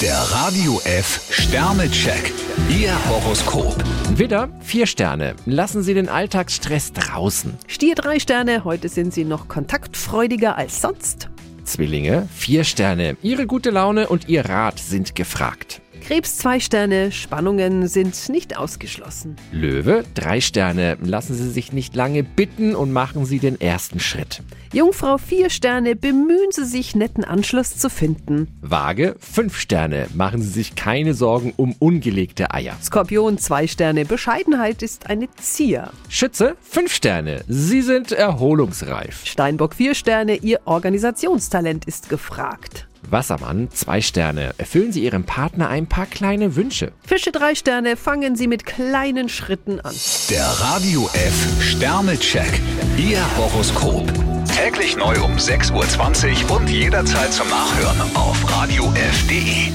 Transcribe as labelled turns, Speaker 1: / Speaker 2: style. Speaker 1: Der Radio F Sternecheck. Ihr Horoskop.
Speaker 2: Widder, vier Sterne. Lassen Sie den Alltagsstress draußen.
Speaker 3: Stier drei Sterne, heute sind Sie noch kontaktfreudiger als sonst.
Speaker 2: Zwillinge, vier Sterne. Ihre gute Laune und Ihr Rat sind gefragt.
Speaker 3: Krebs zwei Sterne, Spannungen sind nicht ausgeschlossen.
Speaker 2: Löwe, drei Sterne. Lassen Sie sich nicht lange bitten und machen Sie den ersten Schritt.
Speaker 3: Jungfrau vier Sterne, bemühen Sie sich, netten Anschluss zu finden.
Speaker 2: Waage, fünf Sterne. Machen Sie sich keine Sorgen um ungelegte Eier.
Speaker 3: Skorpion zwei Sterne, Bescheidenheit ist eine Zier.
Speaker 2: Schütze, fünf Sterne. Sie sind erholungsreif.
Speaker 3: Steinbock vier Sterne, Ihr Organisationstalent ist gefragt.
Speaker 2: Wassermann, zwei Sterne. Erfüllen Sie Ihrem Partner ein paar kleine Wünsche.
Speaker 3: Fische drei Sterne, fangen Sie mit kleinen Schritten an.
Speaker 1: Der Radio F Sternecheck. Ihr Horoskop. Täglich neu um 6.20 Uhr und jederzeit zum Nachhören auf Radio radiof.de.